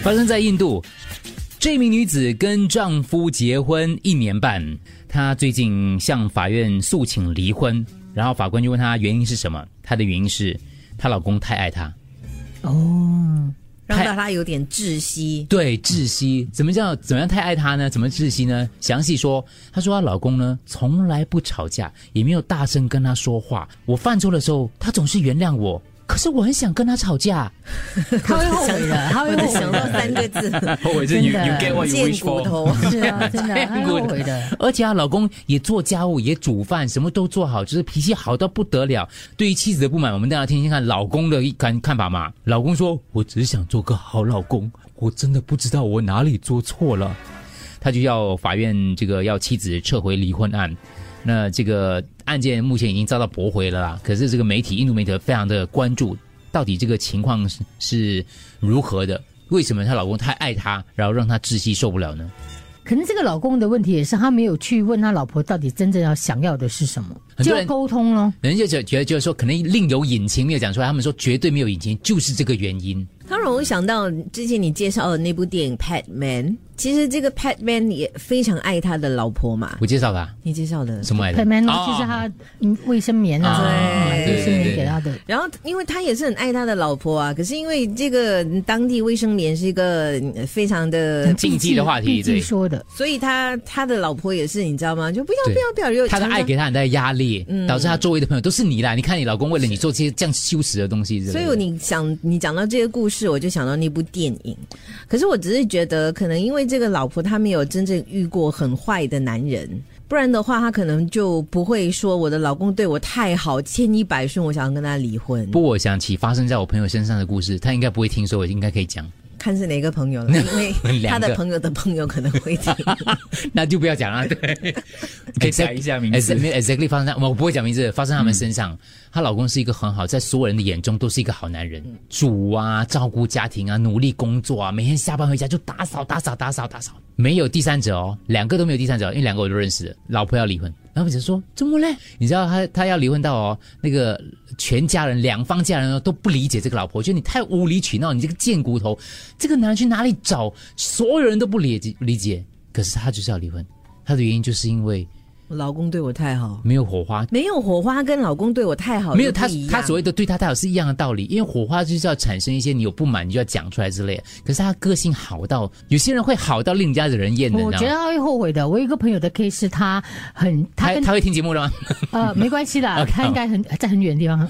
发生在印度，这名女子跟丈夫结婚一年半，她最近向法院诉请离婚，然后法官就问她原因是什么，她的原因是她老公太爱她，哦，让太大家有点 窒息。对，窒息。怎么叫怎么样太爱她呢？怎么窒息呢？详细说，她说她啊老公呢从来不吵架，也没有大声跟她说话，我犯错的时候，他总是原谅我。可是我很想跟他吵 架，他会后悔的， 他会我后能悔想到的，三 个字，后悔是 you 真 you 的 get what you 贱 wish 骨 for。头。是啊，真 的，他会后悔的。而且她啊老公也做家务，也煮饭，什么都做好，就是脾气好到不得了。对于妻子的不满，我们当然要听听看老公的一看看法嘛。老公说：“我只是想做个好老公，我真的不知道我哪里做错了。”他就要法院这个要妻子撤回离婚案。那这个案件目前已经遭到驳回了啦。可是这个媒体，印度媒体非常的关注，到底这个情况是是如何的？为什么她老公太爱她，然后让她窒息受不了呢？可能这个老公的问题也是他没有去问他老婆到底真正要想要的是什么，很多就人要沟通咯。人家就觉得就是说，可能另有隐情没有讲出来。他们说绝对没有隐情，就是这个原因。他让我想到之前你介绍的那部电影《Pat Man》，其实这个 Pat Man 也非常爱他的老婆嘛。我介绍他你介绍的什么来着？佩曼哦就是他嗯卫生棉啊，啊对卫生棉给他的。然后，因为他也是很爱他的老婆啊，可是因为这个当地卫生棉是一个嗯非常的，禁忌的话题毕竟对说的，所以他他的老婆也是，你知道吗？就不对要不要不要，有他的爱给他很大的压力，导致他周围的朋友都是你啦。你看你老公为了你做这些这样羞耻的东西，所以我你想你讲到这个故事，我就想到那部电影。可是我只是觉得，可能因为这个老婆她没有真正遇过很坏的男人，不然的话，她可能就不会说我的老公对我太好，千依百顺，我想要跟他离婚。不，过我想起发生在我朋友身上的故事，他应该不会听，所以我应该可以讲，看是哪个朋友了，因为两个他的朋友的朋友可能会听。 那就不要讲 了。对，可以讲一下名字 Exact- 没有 exactly 发生在我不会讲名字，发生在他们身上。她、老公是一个很好，在所有人的眼中都是一个好男嗯人，主啊，照顾家庭啊，努力工作啊，每天下班回家就打扫打扫打扫打扫，没有第三者哦，两个都没有第三者，因为两个我都认识的，老婆要离婚，然后我就说怎么嘞？你知道她她要离婚到哦，那个全家人两方家人哦都不理解这个老婆，觉得你太无理取闹，你这个贱骨头，这个男人去哪里找？所有人都不理解理解，可是她就是要离婚，她的原因就是因为我老公对我太好，没有火花，没有火花，跟老公对我太哦好没有就他不一，样他所谓的对他太好是一样的道理，因为火花就是要产生一些你有不满，你就要讲出来之类的。可是他个性好到有些人会好到令人家惹人厌的，你我知觉得道吗？他会后悔的。我有一个朋友的 case 是他很，他他跟他会听节目的 吗？呃，没关系啦， OK，他应该很在很远的地方。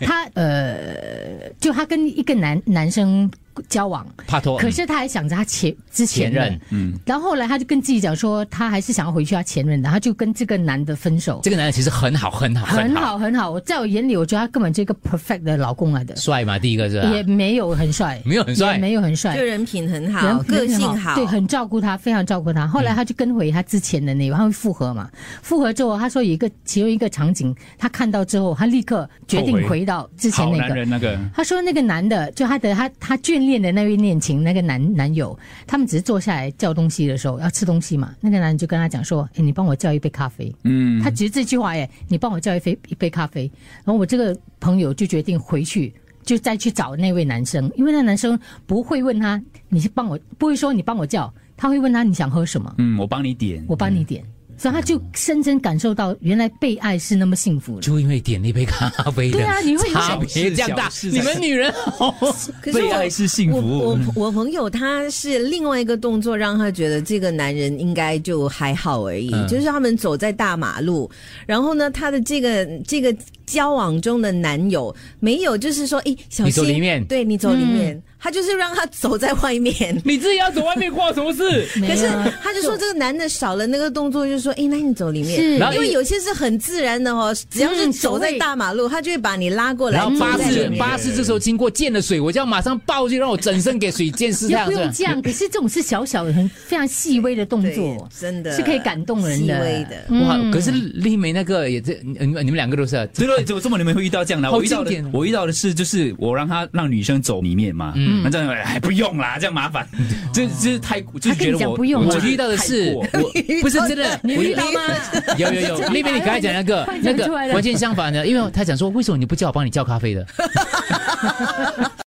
他呃，就他跟一个男男生交往，帕托，可是他还想着他前之前嗯前任嗯的，，然后后来他就跟自己讲说，他还是想要回去他前任的，他就跟这个男的分手。这个男的其实很好，很好，很好，好很好，我在我眼里，我觉得他根本就一个 perfect 的老公来的，帅嘛，第一个是吧？也没有很帅，没有很帅也没有很帅就，人品很人好，个人性好，对，很照顾他，非常照顾他。后来他就跟回他之前的那个，他会复合嘛？复合之后，他说有一个其中一个场景，他看到之后，他立刻决后定悔回到之前好那男个。人那个，他说那个男的，就他的他他眷恋的那位恋情那个男男友，他们只是坐下来叫东西的时候要吃东西嘛，那个男人就跟他讲说：“嗯哎，你帮我叫一杯咖啡。”嗯，他只是这句话耶，你帮我叫一杯一杯咖啡。然后我这个朋友就决定回去，就再去找那位男生，因为那男生不会问他，你是帮我，不会说你帮我叫，他会问他你想喝什么，嗯，我帮你点，我帮你点。所以他就深深感受到，原来被爱是那么幸福的。就因为点那杯咖啡的，对啊你会有差别这样大小，事你们女人哦，可是被我爱是幸我福嗯我。我朋友他是另外一个动作，让他觉得这个男人应该就还好而已。嗯就是他们走在大马路，然后呢，他的这个这个交往中的男友没有，就是说，哎，小心你走里面嗯对你走里面，他就是让他走在外 面。你自己要走外面关我什么事？没可是有啊他就说这个男的少了那个动作，就说，哎，那你走里面。是然后因为有些是很自然的哦，只要是嗯走走在位大马路，他就会把你拉过来。然后巴走在对士对对巴士这时候经过溅了水，我就要马上抱去，让我整身给水溅是这也样不子。用这样，可是这种是小小的、很非常细微的动对作，，真的是可以感动人的细微的。哇！嗯可是丽梅那个也这，你你们你们两个都是啊对对，怎么这么你们会遇到这样的？好我遇到经的典我遇到的是，就是我让他让女生走里面嘛，嗯，那这样还不用啦，这样麻烦，这这太就他是觉跟你得讲我不用啦我我觉得遇到的是太过，我不是真的，你我遇到吗？有有有，丽梅你刚才讲那个快那讲个出来了完全相反的，因为他讲说为什么你不叫我帮你叫咖啡的？